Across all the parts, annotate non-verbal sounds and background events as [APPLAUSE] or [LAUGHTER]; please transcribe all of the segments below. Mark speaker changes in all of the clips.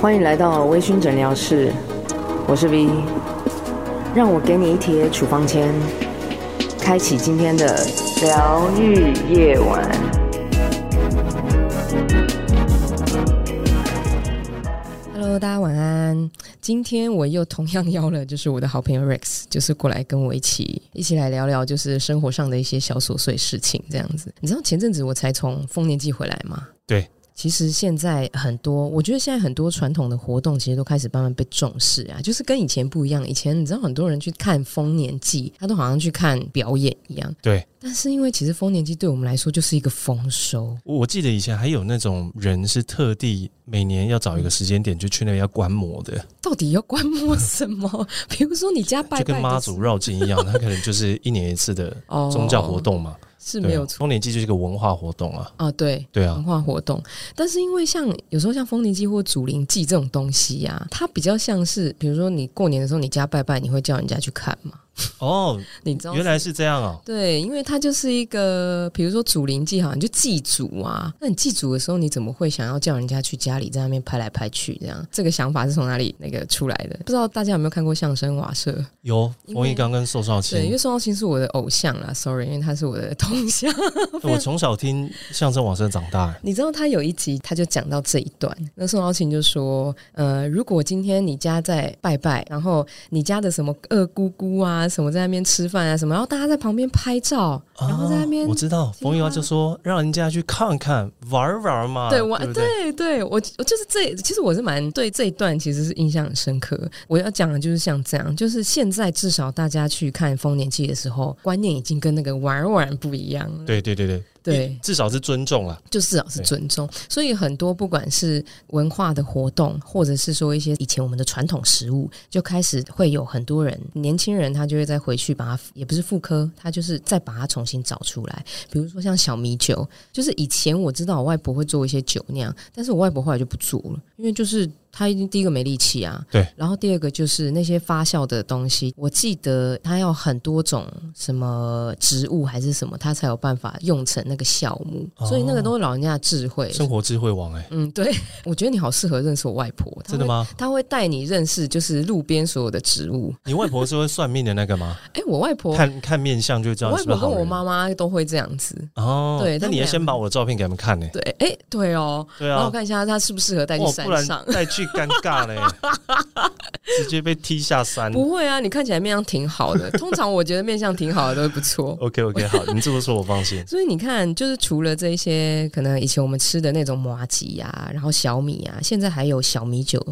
Speaker 1: 欢迎来到微醺诊疗室，我是 V，让我给你一贴处方签，开启今天的疗愈夜晚。
Speaker 2: Hello，大家晚安。今天我又同样邀了，就是我的好朋友 Rex，就是过来跟我一起一起来聊聊，就是生活上的一些小琐碎事情这样子。你知道前阵子我才从丰年祭回来嘛？
Speaker 3: 对。
Speaker 2: 其实现在很多，我觉得现在很多传统的活动其实都开始慢慢被重视啊，就是跟以前不一样。以前你知道很多人去看丰年祭，他都好像去看表演一样。
Speaker 3: 对。
Speaker 2: 但是因为其实丰年祭对我们来说就是一个丰收，
Speaker 3: 我记得以前还有那种人是特地每年要找一个时间点就去那边要观摩的，
Speaker 2: 到底要观摩什么？ [LAUGHS] 比如说你家拜拜
Speaker 3: 就跟妈
Speaker 2: 的时候
Speaker 3: 祖绕境一样，它可能就是一年一次的宗教活动嘛。
Speaker 2: 哦是
Speaker 3: 对
Speaker 2: 没
Speaker 3: 啊
Speaker 2: 有错
Speaker 3: 丰年祭就是一个文化活动啊。
Speaker 2: 啊，对。
Speaker 3: 对
Speaker 2: 文
Speaker 3: 啊，
Speaker 2: 化活动，但是因为像有时候像丰年祭或祖灵祭这种东西呀、它比较像是，比如说你过年的时候你家拜拜，你会叫人家去看嘛？
Speaker 3: 哦，
Speaker 2: 你知道
Speaker 3: 原来是这样哦。
Speaker 2: 对，因为它就是一个，比如说祖灵祭，好像就祭祖啊。那你祭祖的时候，你怎么会想要叫人家去家里在那边拍来拍去这样？这个想法是从哪里那个出来的？不知道大家有没有看过相声瓦舍？
Speaker 3: 有
Speaker 2: 因为
Speaker 3: 冯玉刚跟宋少
Speaker 2: 对，因为
Speaker 3: 卿，
Speaker 2: 宋少卿是我的偶像啦，sorry，因为他是我的同乡。 [LAUGHS]
Speaker 3: 我从小听相声往生长大。哎
Speaker 2: 你知道他有一集他就讲到这一段，那宋朝琴就说，呃，如果今天你家在拜拜，然后你家的什么二姑姑啊，什么在那边吃饭啊，什么，然后大家在旁边拍照，然后在那边
Speaker 3: 哦啊我知道冯玉刚就说让人家去看看玩玩嘛，
Speaker 2: 对，
Speaker 3: 啊对
Speaker 2: 我
Speaker 3: 不对？
Speaker 2: 对对，我我就是这，其实我是蛮对这一段其实是印象很深刻。我要讲的就是像这样，就是现在至少大家去看丰年祭的时候，观念已经跟那个玩玩不一样了。
Speaker 3: 对对对对
Speaker 2: 对，
Speaker 3: 至少是尊重啊啦。
Speaker 2: 就至少是尊重。所以很多不管是文化的活动，或者是说一些以前我们的传统食物，就开始会有很多人，年轻人他就会再回去把它，也不是复刻，他就是再把它重新找出来。比如说像小米酒，就是以前我知道我外婆会做一些酒酿，但是我外婆后来就不做了，因为就是。她已经第一个没力气啊，
Speaker 3: 对，
Speaker 2: 然后第二个就是那些发酵的东西，我记得它要很多种什么植物还是什么，它才有办法用成那个酵母，
Speaker 3: 哦
Speaker 2: 所以那个都是老人家的智慧。
Speaker 3: 生活智慧王，哎，
Speaker 2: 嗯，对，我觉得你好适合认识我外婆，她
Speaker 3: 真的
Speaker 2: 会？ [LAUGHS]
Speaker 3: 吗？
Speaker 2: 她会带你认识就是路边所有的植物。
Speaker 3: 你外婆是会算命的那个吗？
Speaker 2: 哎，我外婆，
Speaker 3: 看看面相就知
Speaker 2: 我
Speaker 3: 道你
Speaker 2: 外
Speaker 3: 是不是
Speaker 2: 婆
Speaker 3: 好
Speaker 2: 跟
Speaker 3: 人。
Speaker 2: 我妈妈都会这样子。
Speaker 3: 哦，
Speaker 2: 对他
Speaker 3: 那
Speaker 2: 们
Speaker 3: 你要
Speaker 2: 俩
Speaker 3: 先把我的照片给他们看呢、
Speaker 2: 对，哎，对哦，
Speaker 3: 对
Speaker 2: 然后
Speaker 3: 啊
Speaker 2: 我，看一下她适不适合带去
Speaker 3: 哦不
Speaker 2: 山
Speaker 3: 然
Speaker 2: 上。
Speaker 3: 带去尴尬
Speaker 2: [LAUGHS]
Speaker 3: 嘞，直接被踢下山。
Speaker 2: 不会啊，你看起来面相挺好的。通常我觉得面相挺好的都会不错。
Speaker 3: OK OK，好，
Speaker 2: [LAUGHS]
Speaker 3: 你这么说我放心。
Speaker 2: 所以你看，就是除了这些，可能以前我们吃的那种麻吉呀，然后小米啊，现在还有小米酒。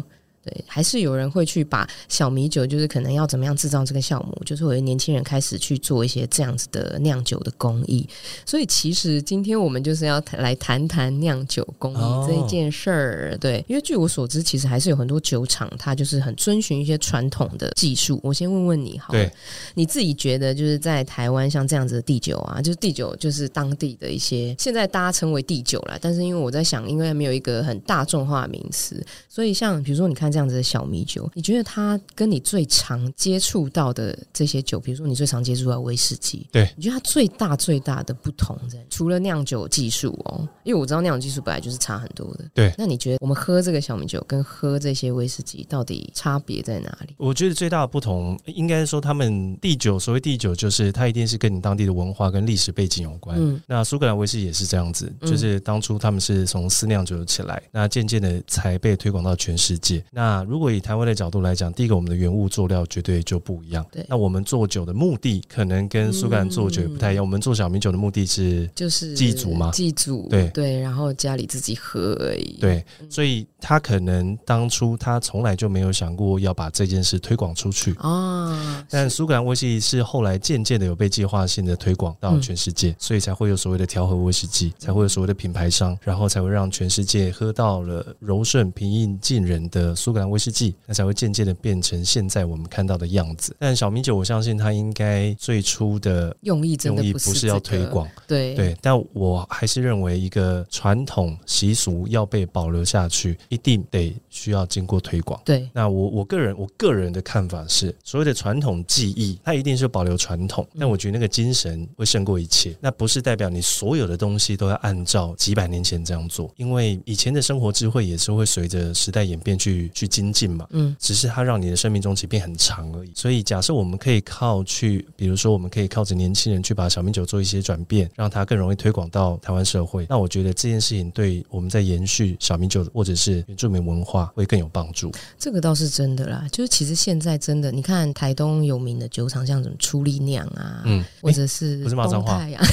Speaker 2: 对，还是有人会去把小米酒，就是可能要怎么样制造这个酵母，就是我的年轻人开始去做一些这样子的酿酒的工艺。所以其实今天我们就是要谈来谈谈酿酒工艺
Speaker 3: 哦
Speaker 2: 这一件事儿。对，因为据我所知，其实还是有很多酒厂，它就是很遵循一些传统的技术。我先问问你好了，
Speaker 3: 对，
Speaker 2: 你自己觉得就是在台湾像这样子的地酒啊，就是地酒就是当地的一些，现在大家称为地酒啦，但是因为我在想，因为没有一个很大众化的名词，所以像比如说你看这样子的小米酒，你觉得它跟你最常接触到的这些酒，比如说你最常接触到的威士忌，
Speaker 3: 对
Speaker 2: 你觉得它最大最大的不同在哪除了酿酒技术哦，因为我知道酿酒技术本来就是差很多的，
Speaker 3: 对
Speaker 2: 那你觉得我们喝这个小米酒跟喝这些威士忌到底差别在哪里？
Speaker 3: 我觉得最大的不同，应该说他们第九，所谓第九，就是它一定是跟你当地的文化跟历史背景有关。
Speaker 2: 嗯
Speaker 3: 那苏格兰威士忌也是这样子，
Speaker 2: 嗯
Speaker 3: 就是当初他们是从私酿酒起来，那渐渐的才被推广到全世界。那如果以台湾的角度来讲，第一个我们的原物佐料绝对就不一样
Speaker 2: 对，
Speaker 3: 那我们做酒的目的可能跟苏格兰做酒也不
Speaker 2: 嗯
Speaker 3: 太一样，我们做小米酒的目的是。
Speaker 2: 就是
Speaker 3: 祭祖吗
Speaker 2: 祭祖，
Speaker 3: 对
Speaker 2: 对，然后家里自己喝而已。
Speaker 3: 对，所以他可能当初他从来就没有想过要把这件事推广出去，
Speaker 2: 啊，
Speaker 3: 但苏格兰威士忌是后来渐渐的有被计划性的推广到全世界，所以才会有所谓的调和威士忌，才会有所谓的品牌商，然后才会让全世界喝到了柔顺平易近人的苏苏格兰威士忌，那才会渐渐的变成现在我们看到的样子。但小米酒，我相信它应该最初的
Speaker 2: 用意真
Speaker 3: 用
Speaker 2: 的
Speaker 3: 意
Speaker 2: 不
Speaker 3: 不
Speaker 2: 是
Speaker 3: 是
Speaker 2: 这
Speaker 3: 要
Speaker 2: 个
Speaker 3: 推，广，
Speaker 2: 对
Speaker 3: 对，但我还是认为一个传统习俗要被保留下去，一定得需要经过推广。
Speaker 2: 对
Speaker 3: 那我我个人我个人的看法是，所谓的传统技艺，它一定是保留传统，但我觉得那个精神会胜过一切。那不是代表你所有的东西都要按照几百年前这样做，因为以前的生活智慧也是会随着时代演变去去精进嘛。
Speaker 2: 嗯
Speaker 3: 只是它让你的生命周期变很长而已。所以，假设我们可以靠去，比如说，我们可以靠着年轻人去把小米酒做一些转变，让它更容易推广到台湾社会。那我觉得这件事情对我们在延续小米酒或者是原住民文化会更有帮助。
Speaker 2: 这个倒是真的啦，就是其实现在真的，你看台东有名的酒厂，像什么初力酿啊，
Speaker 3: 嗯，
Speaker 2: 或者是
Speaker 3: 不是骂脏话
Speaker 2: 东泰啊。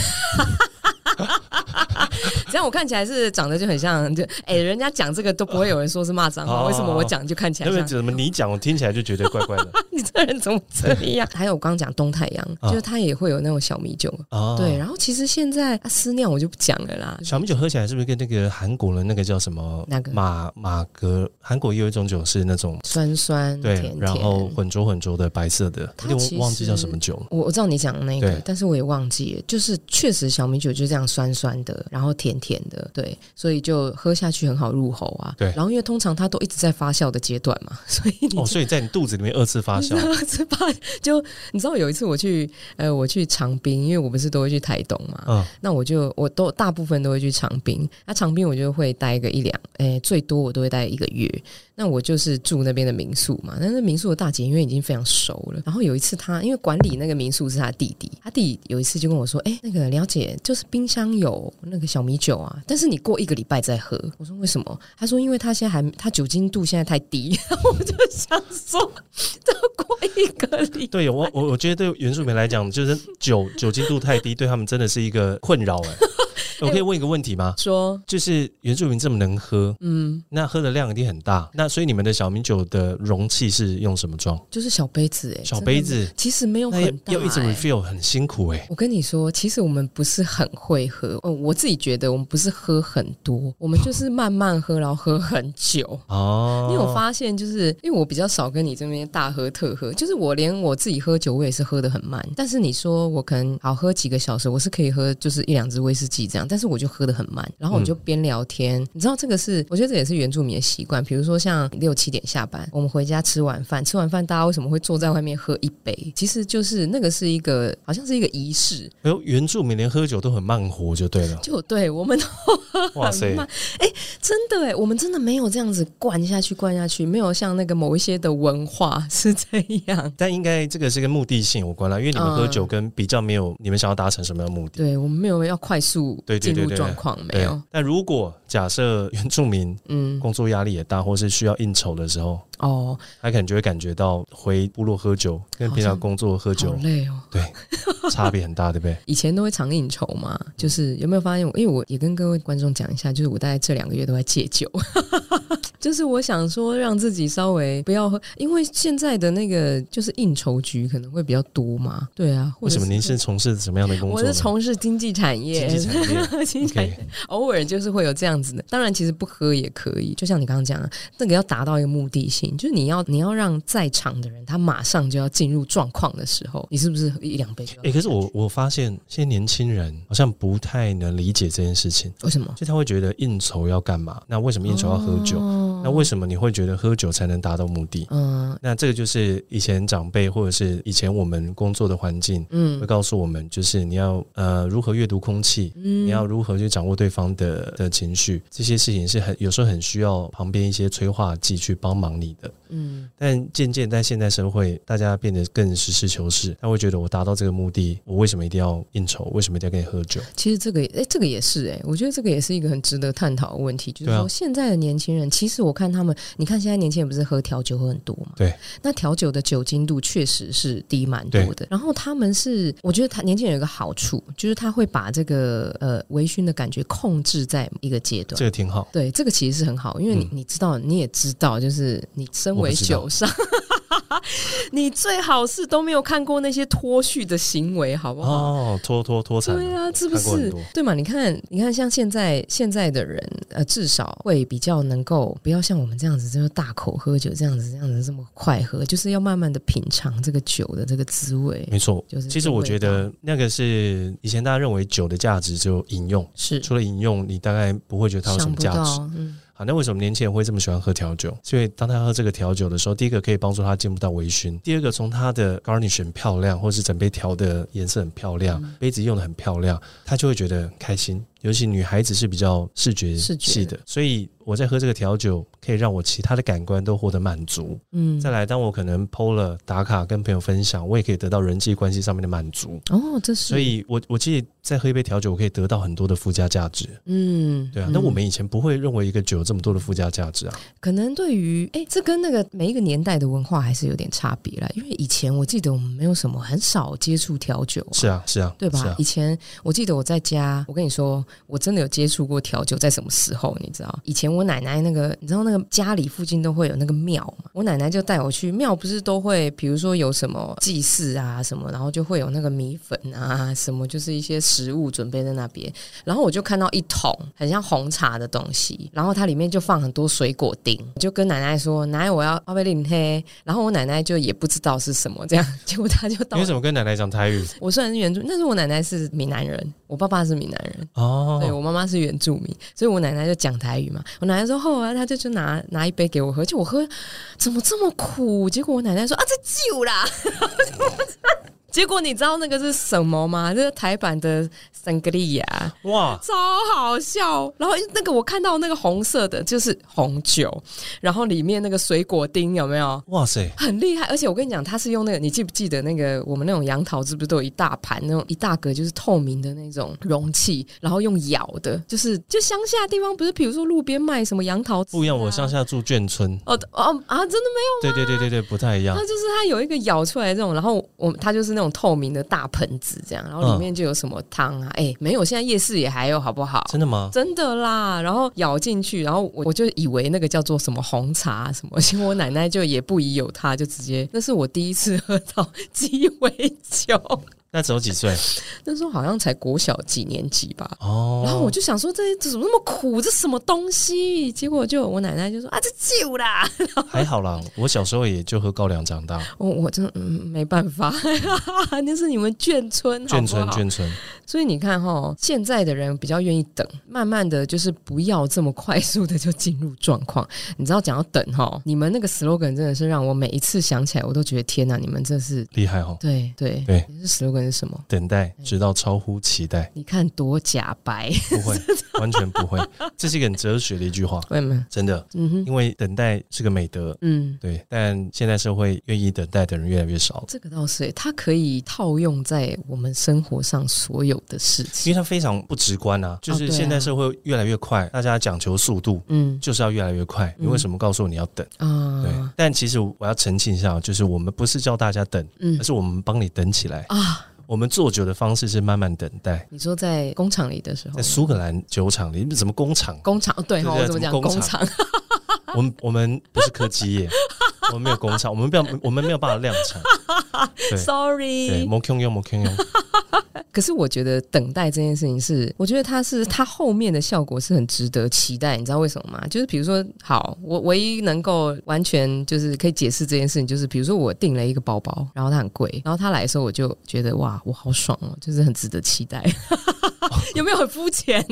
Speaker 2: 这样我看起来是长得就很像，就哎、人家讲这个都不会有人说是骂脏话，
Speaker 3: 哦
Speaker 2: 为什么我讲就看起来
Speaker 3: 因为
Speaker 2: 像？
Speaker 3: 怎么你讲，我听起来就觉得怪怪的
Speaker 2: [LAUGHS] 你这人怎么这
Speaker 3: [LAUGHS]
Speaker 2: 样？还有我刚刚讲东太阳，
Speaker 3: 啊
Speaker 2: 就是它也会有那种小米酒，
Speaker 3: 啊。
Speaker 2: 对。。然后其实现在啊私酿我就不讲了啦，
Speaker 3: 小米酒喝起来是不是跟那个韩国的那个叫什么
Speaker 2: 哪个
Speaker 3: 马马格？韩国也有一种酒是那种
Speaker 2: 酸酸嗯
Speaker 3: 对
Speaker 2: 甜，甜，
Speaker 3: 然后混浊混浊的白色的，
Speaker 2: 它
Speaker 3: 因为
Speaker 2: 其
Speaker 3: 我忘记叫
Speaker 2: 实
Speaker 3: 什么酒了。
Speaker 2: 我我知道你讲那个
Speaker 3: 对，
Speaker 2: 但是我也忘记了，就是确实小米酒就这样酸酸的，然后甜甜的，对，所以就喝下去很好入喉啊。
Speaker 3: 对
Speaker 2: 然后因为通常它都一直在发酵的阶段嘛，所以你
Speaker 3: 哦，所以在你肚子里面二次发
Speaker 2: 你知
Speaker 3: 酵
Speaker 2: 道。 [LAUGHS] 这怕就你知道有一次我去呃我去长滨，因为我不是都会去台东嘛，
Speaker 3: 嗯，
Speaker 2: 那我就我都大部分都会去长滨，那长滨我就会待个一两，诶、最多我都会待一个月。那我就是住那边的民宿嘛，那那民宿的大姐因为已经非常熟了，然后有一次她因为管理那个民宿是她弟弟，她弟有一次就跟我说，哎、那个了解就是冰箱有那个小米酒啊，但是你过一个礼拜再喝。我说为什么？她说因为她现在还她酒精度现在太低， [LAUGHS] 然后我就想说，这过一个礼拜
Speaker 3: 对，我我我觉得对原住民来讲，就是酒酒精度太低，对他们真的是一个困扰
Speaker 2: [LAUGHS]
Speaker 3: 哎、我可以问一个问题吗？
Speaker 2: 说
Speaker 3: 就是原住民这么能喝，嗯，那喝的量一定很大。那所以你们的小米酒的容器是用什么装？
Speaker 2: 就是小杯子、哎，
Speaker 3: 小
Speaker 2: 真的
Speaker 3: 杯子，
Speaker 2: 其实没有
Speaker 3: 那
Speaker 2: 很大、
Speaker 3: 要要一直
Speaker 2: 哎
Speaker 3: refill 很辛苦哎、
Speaker 2: 我跟你说，其实我们不是很会喝，哦，我自己觉得我们不是喝很多，我们就是慢慢喝，然后喝很久。
Speaker 3: 哦，
Speaker 2: 你有发现，就是因为我比较少跟你这边大喝特喝，就是我连我自己喝酒，我也是喝的很慢。但是你说我可能好喝几个小时，我是可以喝就是一两支威士忌这样，但是我就喝的很慢，然后我就边聊天。你知道这个是，我觉得这也是原住民的习惯。比如说像六七点下班，我们回家吃晚饭，吃完饭大家为什么会坐在外面喝一杯？其实就是那个是一个好像是一个仪式，
Speaker 3: 哎呦原住民连喝酒都很慢活就对
Speaker 2: [LAUGHS]
Speaker 3: 了，
Speaker 2: 就对我们
Speaker 3: 哇塞
Speaker 2: 很，慢。哎、真的哎，我们真的没有这样子灌下去、灌下去，没有像那个某一些的文化是这
Speaker 3: [LAUGHS]
Speaker 2: 样。
Speaker 3: 但应该这个是跟目的性有关啦，因为你们喝
Speaker 2: 嗯
Speaker 3: 酒跟比较没有你们想要达成什么样的目的。
Speaker 2: 对我们没有要快速
Speaker 3: 对对
Speaker 2: 进
Speaker 3: 对
Speaker 2: 入
Speaker 3: 对
Speaker 2: 状况，没
Speaker 3: 对
Speaker 2: 有。，
Speaker 3: 但如果假设原住民
Speaker 2: 嗯，
Speaker 3: 工作压力也大，或是需要应酬的时候，
Speaker 2: 哦，
Speaker 3: 他可能就会感觉到回部落喝酒跟平常工作喝
Speaker 2: 好
Speaker 3: 酒
Speaker 2: 累哦。
Speaker 3: 差别很大，
Speaker 2: [LAUGHS]
Speaker 3: 对不对？
Speaker 2: 以前都会常应酬嘛，
Speaker 3: 嗯
Speaker 2: 就是有没有发现我？因为我也跟各位观众讲一下，就是我大概这两个月都在戒酒， [LAUGHS] 就是我想说让自己稍微不要喝，因为现在的那个就是应酬局可能会比较多嘛。对啊，或
Speaker 3: 为
Speaker 2: 者
Speaker 3: 什么您是从事什么样的工
Speaker 2: 我
Speaker 3: 作呢？
Speaker 2: 是从事经济产业，
Speaker 3: 经济产业。
Speaker 2: [LAUGHS] 经常
Speaker 3: OK，
Speaker 2: 偶尔就是会有这样子的，当然其实不喝也可以，就像你刚刚讲的，那个要达到一个目的性，就是你要你要让在场的人他马上就要进入状况的时候，你是不是一两杯就要？
Speaker 3: 哎、可是我我发现现在年轻人好像不太能理解这件事情，
Speaker 2: 为什么？
Speaker 3: 就他会觉得应酬要干嘛？那为什么应酬要喝酒？
Speaker 2: 哦
Speaker 3: 那为什么你会觉得喝酒才能达到目的？
Speaker 2: 嗯
Speaker 3: 那这个就是以前长辈或者是以前我们工作的环境会
Speaker 2: 嗯
Speaker 3: 告诉我们，就是你要呃如何阅读空气，
Speaker 2: 嗯，
Speaker 3: 你要如何去掌握对方的的情绪，这些事情是很有时候很需要旁边一些催化剂去帮忙你的。
Speaker 2: 嗯
Speaker 3: 但渐渐在现代社会，大家变得更实事求是，他会觉得我达到这个目的，我为什么一定要应酬？为什么一定要跟你喝酒？
Speaker 2: 其实这个，哎、这个也是、诶，哎，我觉得这个也是一个很值得探讨的问题，就是
Speaker 3: 对啊
Speaker 2: 说现在的年轻人，其实我看他们，你看现在年轻人不是喝调酒喝很多嘛？
Speaker 3: 对，
Speaker 2: 那调酒的酒精度确实是低蛮多的。然后他们是，我觉得他年轻人有一个好处，就是他会把这个呃微醺的感觉控制在一个阶段
Speaker 3: 这。个挺好。
Speaker 2: 对，这个其实是很好，因为你、
Speaker 3: 嗯
Speaker 2: 你知道，你也知道，就是你身
Speaker 3: 我
Speaker 2: 为
Speaker 3: 不知道
Speaker 2: 酒商， [LAUGHS] 你最好是都没有看过那些脱序的行为，好不好？
Speaker 3: 哦，拖拖拖产，
Speaker 2: 对啊，是不
Speaker 3: 看过很
Speaker 2: 是
Speaker 3: 多？
Speaker 2: 对嘛？你看，你看，像现在现在的人，呃，至少会比较能够不要像我们这样子，就是大口喝酒，这样子这样子这么快喝，就是要慢慢的品尝这个酒的这个滋味。
Speaker 3: 没错
Speaker 2: 就是。
Speaker 3: 其
Speaker 2: 这
Speaker 3: 实
Speaker 2: 个
Speaker 3: 我
Speaker 2: 味
Speaker 3: 觉得那个是以前大家认为酒的价值只有饮用，
Speaker 2: 是
Speaker 3: 除了饮用，你大概不会觉得它有什
Speaker 2: 想
Speaker 3: 么
Speaker 2: 不
Speaker 3: 价值。
Speaker 2: 到，嗯，
Speaker 3: 好，那为什么年轻人会这么喜欢喝调酒？是因为当他喝这个调酒的时候，第一个可以帮助他进入到微醺，第二个从他的 garnish 很漂亮，或是整杯调的颜色很漂亮，
Speaker 2: 嗯
Speaker 3: 杯子用的很漂亮，他就会觉得很开心。尤其女孩子是比较视觉
Speaker 2: 视觉
Speaker 3: 系的，所以我在喝这个调酒，可以让我其他的感官都获得满足。
Speaker 2: 嗯
Speaker 3: 再来，当我可能 PO 了打卡跟朋友分享，我也可以得到人际关系上面的满足。
Speaker 2: 哦，这是
Speaker 3: 所以我，我其实再喝一杯调酒，我可以得到很多的附加价值。
Speaker 2: 嗯，
Speaker 3: 对啊，
Speaker 2: 嗯
Speaker 3: 那我们以前不会认为一个酒有这么多的附加价值啊。
Speaker 2: 可能对于哎，这跟那个每一个年代的文化还是有点差别啦。因为以前我记得我们没有什么很少接触调酒、啊，
Speaker 3: 是啊，是啊，
Speaker 2: 对吧？
Speaker 3: 是啊
Speaker 2: 以，前我记得我在家，我跟你说，我真的有接触过调酒，在什么时候？你知道？以前我奶奶那个，你知道那个家里附近都会有那个庙嘛，我奶奶就带我去庙，不是都会，比如说有什么祭祀啊什么，然后就会有那个米粉啊什么，就是一些食物准备在那边。然后我就看到一桶很像红茶的东西，然后它里面就放很多水果丁，我就跟奶奶说：“奶奶，我要阿贝林黑。”然后我奶奶就也不知道是什么，这样 [LAUGHS] 结果她就到
Speaker 3: 你为什么跟奶奶讲台
Speaker 2: [LAUGHS]
Speaker 3: 语？
Speaker 2: 我虽然是原住，但是我奶奶是闽南人，我爸爸是闽南人，对
Speaker 3: 哦，
Speaker 2: 我妈妈是原住民，所以我奶奶就讲台语嘛。我奶奶说后来她就就拿拿一杯给我喝，就我喝怎么这么苦？结果我奶奶说啊，这酒啦。 [LAUGHS] 结果你知道那个是什么吗？这是台版的圣格利亚。
Speaker 3: 哇，
Speaker 2: 超好笑。然后那个我看到那个红色的，就是红酒，然后里面那个水果丁有没有？
Speaker 3: 哇塞，
Speaker 2: 很厉害，而且我跟你讲，它是用那个，你记不记得那个我们那种杨桃是不是都有一大盘那种一大格就是透明的那种容器，然后用咬的，就是就乡下地方不是，比如说路边卖什么杨桃汁啊、
Speaker 3: 不一样。我乡下住眷村，
Speaker 2: 哦哦啊，真的没有
Speaker 3: 对对对对对，不太一样
Speaker 2: 它。就是它有一个咬出来这种，然后我它就是那种透明的大盆子这样，然后里面就有什么汤啊，哎、没有，现在夜市也还有好不好？
Speaker 3: 真的吗？
Speaker 2: 真的啦，然后咬进去，然后我我就以为那个叫做什么红茶什么，结 [LAUGHS] 果我奶奶就也不疑有他，就直接那是我第一次喝到鸡尾酒， [LAUGHS]
Speaker 3: 那只有几岁？
Speaker 2: 那时候好像才国小几年级吧。
Speaker 3: 哦，
Speaker 2: 然后我就想说，这这怎么那么苦？这什么东西？结果就我奶奶就说啊，这酒啦！ [LAUGHS]
Speaker 3: 还好啦，我小时候也就喝高粱长大，
Speaker 2: 我我真的、嗯、没办法， [LAUGHS] 那是你们眷村，好
Speaker 3: 眷
Speaker 2: 不
Speaker 3: 村
Speaker 2: 好
Speaker 3: 眷村。
Speaker 2: 所以你看哈、现在的人比较愿意等，慢慢的就是不要这么快速的就进入状况。你知道讲到等哈、你们那个 slogan 真的是让我每一次想起来，我都觉得天哪，你们这是
Speaker 3: 厉害哦，
Speaker 2: 对对
Speaker 3: 对
Speaker 2: 你是 slogan 是什么？
Speaker 3: 等待
Speaker 2: 嗯
Speaker 3: 直到超乎期待，
Speaker 2: 你看多假
Speaker 3: [LAUGHS]
Speaker 2: 白，
Speaker 3: 不
Speaker 2: [LAUGHS]
Speaker 3: 会，完全不会。这是一个很哲学的一句话，
Speaker 2: 为什么？
Speaker 3: 真的，
Speaker 2: 嗯哼，
Speaker 3: 因为等待是个美德。
Speaker 2: 嗯。
Speaker 3: 对，但现在社会愿意等待的人越来越少了，
Speaker 2: 这个倒是耶，它可以套用在我们生活上所有的事
Speaker 3: 因为
Speaker 2: 情。
Speaker 3: 它非常不直观啊。就
Speaker 2: 哦
Speaker 3: 是
Speaker 2: 对啊
Speaker 3: 现在社会越来越快，大家讲求速度，
Speaker 2: 嗯
Speaker 3: 就是要越来越快。你为什么告诉我你要等？对
Speaker 2: 啊，，
Speaker 3: 但其实我要澄清一下，就是我们不是叫大家等，
Speaker 2: 嗯
Speaker 3: 而是我们帮你等起来。
Speaker 2: 啊，
Speaker 3: 我们做酒的方式是慢慢等待。
Speaker 2: 你说在工厂里的时候
Speaker 3: 在，苏格兰酒厂里，怎么工厂？
Speaker 2: 工厂哦对哈，我
Speaker 3: 对对
Speaker 2: 怎么讲
Speaker 3: 怎么工
Speaker 2: 工厂？
Speaker 3: 我们我们不是科
Speaker 2: [LAUGHS]
Speaker 3: 技业，我们没有工厂，我们不要，我们没有办法量产。对
Speaker 2: Sorry，
Speaker 3: 对，没 Q 用，没 Q
Speaker 2: [LAUGHS]
Speaker 3: 用。
Speaker 2: 可是我觉得等待这件事情是，我觉得它是它后面的效果是很值得期待，你知道为什么吗？就是比如说，好，我唯一能够完全就是可以解释这件事情，就是比如说我订了一个包包，然后它很贵，然后它来的时候我就觉得哇，我好爽哦，就是很值得期待，有没有很肤浅？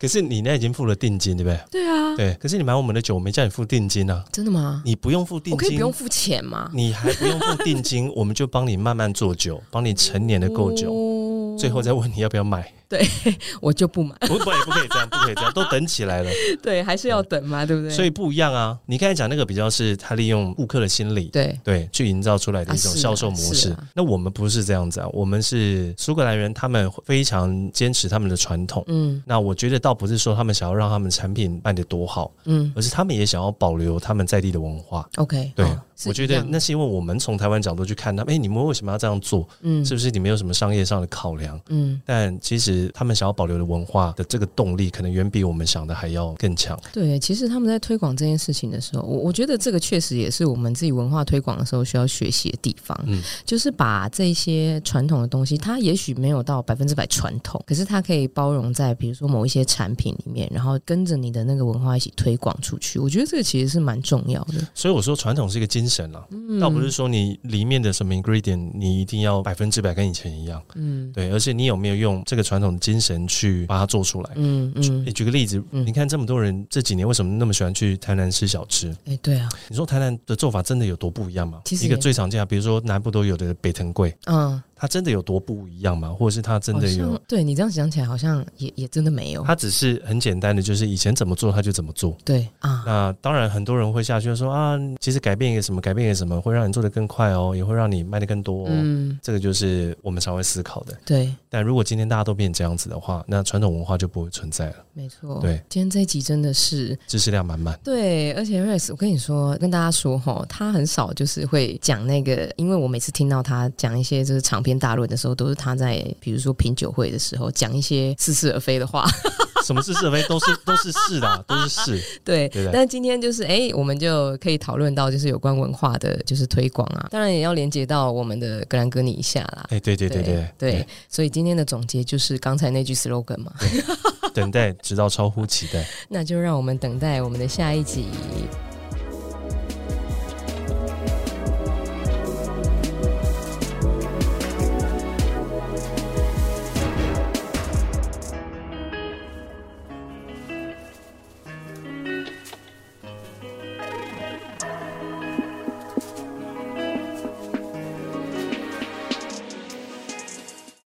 Speaker 3: 可是你那已经付了定金，对不对？
Speaker 2: 对啊，
Speaker 3: 对，可是你买我们的酒，我没叫你付定金啊，
Speaker 2: 真的吗？
Speaker 3: 你不用付定
Speaker 2: 我可以
Speaker 3: 金
Speaker 2: 不，用付钱吗？
Speaker 3: 你还不用付定金，
Speaker 2: [LAUGHS]
Speaker 3: 我们就帮你慢慢做酒，帮你成年的够酒，
Speaker 2: 哦
Speaker 3: 最后再问你要不要买。 [LAUGHS]
Speaker 2: 我就不买，
Speaker 3: 不，不，不可以这样，不可
Speaker 2: [LAUGHS]
Speaker 3: 以这样，都等起来了，
Speaker 2: 对，还是要等嘛，对不对？
Speaker 3: 所以不一样啊。你刚才讲那个比较是他利用顾客的心理，
Speaker 2: 对，
Speaker 3: 对，去营造出来的一
Speaker 2: 啊
Speaker 3: 种
Speaker 2: 是啊
Speaker 3: 销售模式。
Speaker 2: 是啊
Speaker 3: 那我们不是这样子啊，我们是苏格兰人，他们非常坚持他们的传统。
Speaker 2: 嗯
Speaker 3: 那我觉得倒不是说他们想要让他们产品卖得多好，
Speaker 2: 嗯
Speaker 3: 而是他们也想要保留他们在地的文化。
Speaker 2: ，OK，
Speaker 3: 对，
Speaker 2: 好是
Speaker 3: 我觉
Speaker 2: 一
Speaker 3: 得
Speaker 2: 样的
Speaker 3: 那是因为我们从台湾角度去看他们，哎，你们为什么要这样做？
Speaker 2: 嗯
Speaker 3: 是不是你们有什么商业上的考量？
Speaker 2: 嗯
Speaker 3: 但其实实他们想要保留的文化的这个动力，可能远比我们想的还要更强。
Speaker 2: 对，其实他们在推广这件事情的时候，我我觉得这个确实也是我们自己文化推广的时候需要学习的地方，
Speaker 3: 嗯
Speaker 2: 就是把这些传统的东西，它也许没有到百分之百传统，可是它可以包容在比如说某一些产品里面，然后跟着你的那个文化一起推广出去。我觉得这个其实是蛮重要的。
Speaker 3: 所以我说传统是一个精神啦，
Speaker 2: 嗯
Speaker 3: 倒不是说你里面的什么 ingredient 你一定要百分之百跟以前一样，
Speaker 2: 嗯
Speaker 3: 对，而且你有没有用这个传统的精神去把它做出来？
Speaker 2: 嗯嗯
Speaker 3: 你，举个例子，
Speaker 2: 嗯
Speaker 3: 你看这么多人这几年为什么那么喜欢去台南吃小吃？
Speaker 2: 哎、对啊，
Speaker 3: 你说台南的做法真的有多不一样吗？
Speaker 2: 其实
Speaker 3: 一个
Speaker 2: 也
Speaker 3: 最常见的，比如说南部都有的北藤贵，
Speaker 2: 嗯，
Speaker 3: 它真的有多不一样吗？或者是它真的
Speaker 2: 好
Speaker 3: 有
Speaker 2: 像？对你这样想起来，好像也也真的没有。
Speaker 3: 它只是很简单的，就是以前怎么做它就怎么做。
Speaker 2: 对啊，
Speaker 3: 那当然，很多人会下去说啊，其实改变一个什么，改变一个什么，会让你做得更快哦，也会让你卖得更多哦。
Speaker 2: 嗯，
Speaker 3: 这个就是我们常会思考的。
Speaker 2: 对，
Speaker 3: 但如果今天大家都变这样子的话，那传统文化就不会存在了，
Speaker 2: 没错。
Speaker 3: 对，
Speaker 2: 今天这一集真的是
Speaker 3: 知识量满
Speaker 2: [LAUGHS]
Speaker 3: 满。
Speaker 2: 对，而且 Rex，我跟你说，跟大家说哈，他很少就是会讲那个，因为我每次听到他讲一些就是长篇大论的时候，都是他在比如说品酒会的时候讲一些似是而非的话。 [LAUGHS]
Speaker 3: 什么是是非都是都是是的，啊都是是。
Speaker 2: 对，
Speaker 3: 对的
Speaker 2: 那今天就是哎、我们就可以讨论到就是有关文化的就是推广啊，当然也要连接到我们的格兰哥尼一下啦。
Speaker 3: 哎，对对对对
Speaker 2: 对所以今天的总结就是刚才那句 slogan 嘛，
Speaker 3: 等待直到超乎期待。
Speaker 2: 那就让我们等待我们的下一集，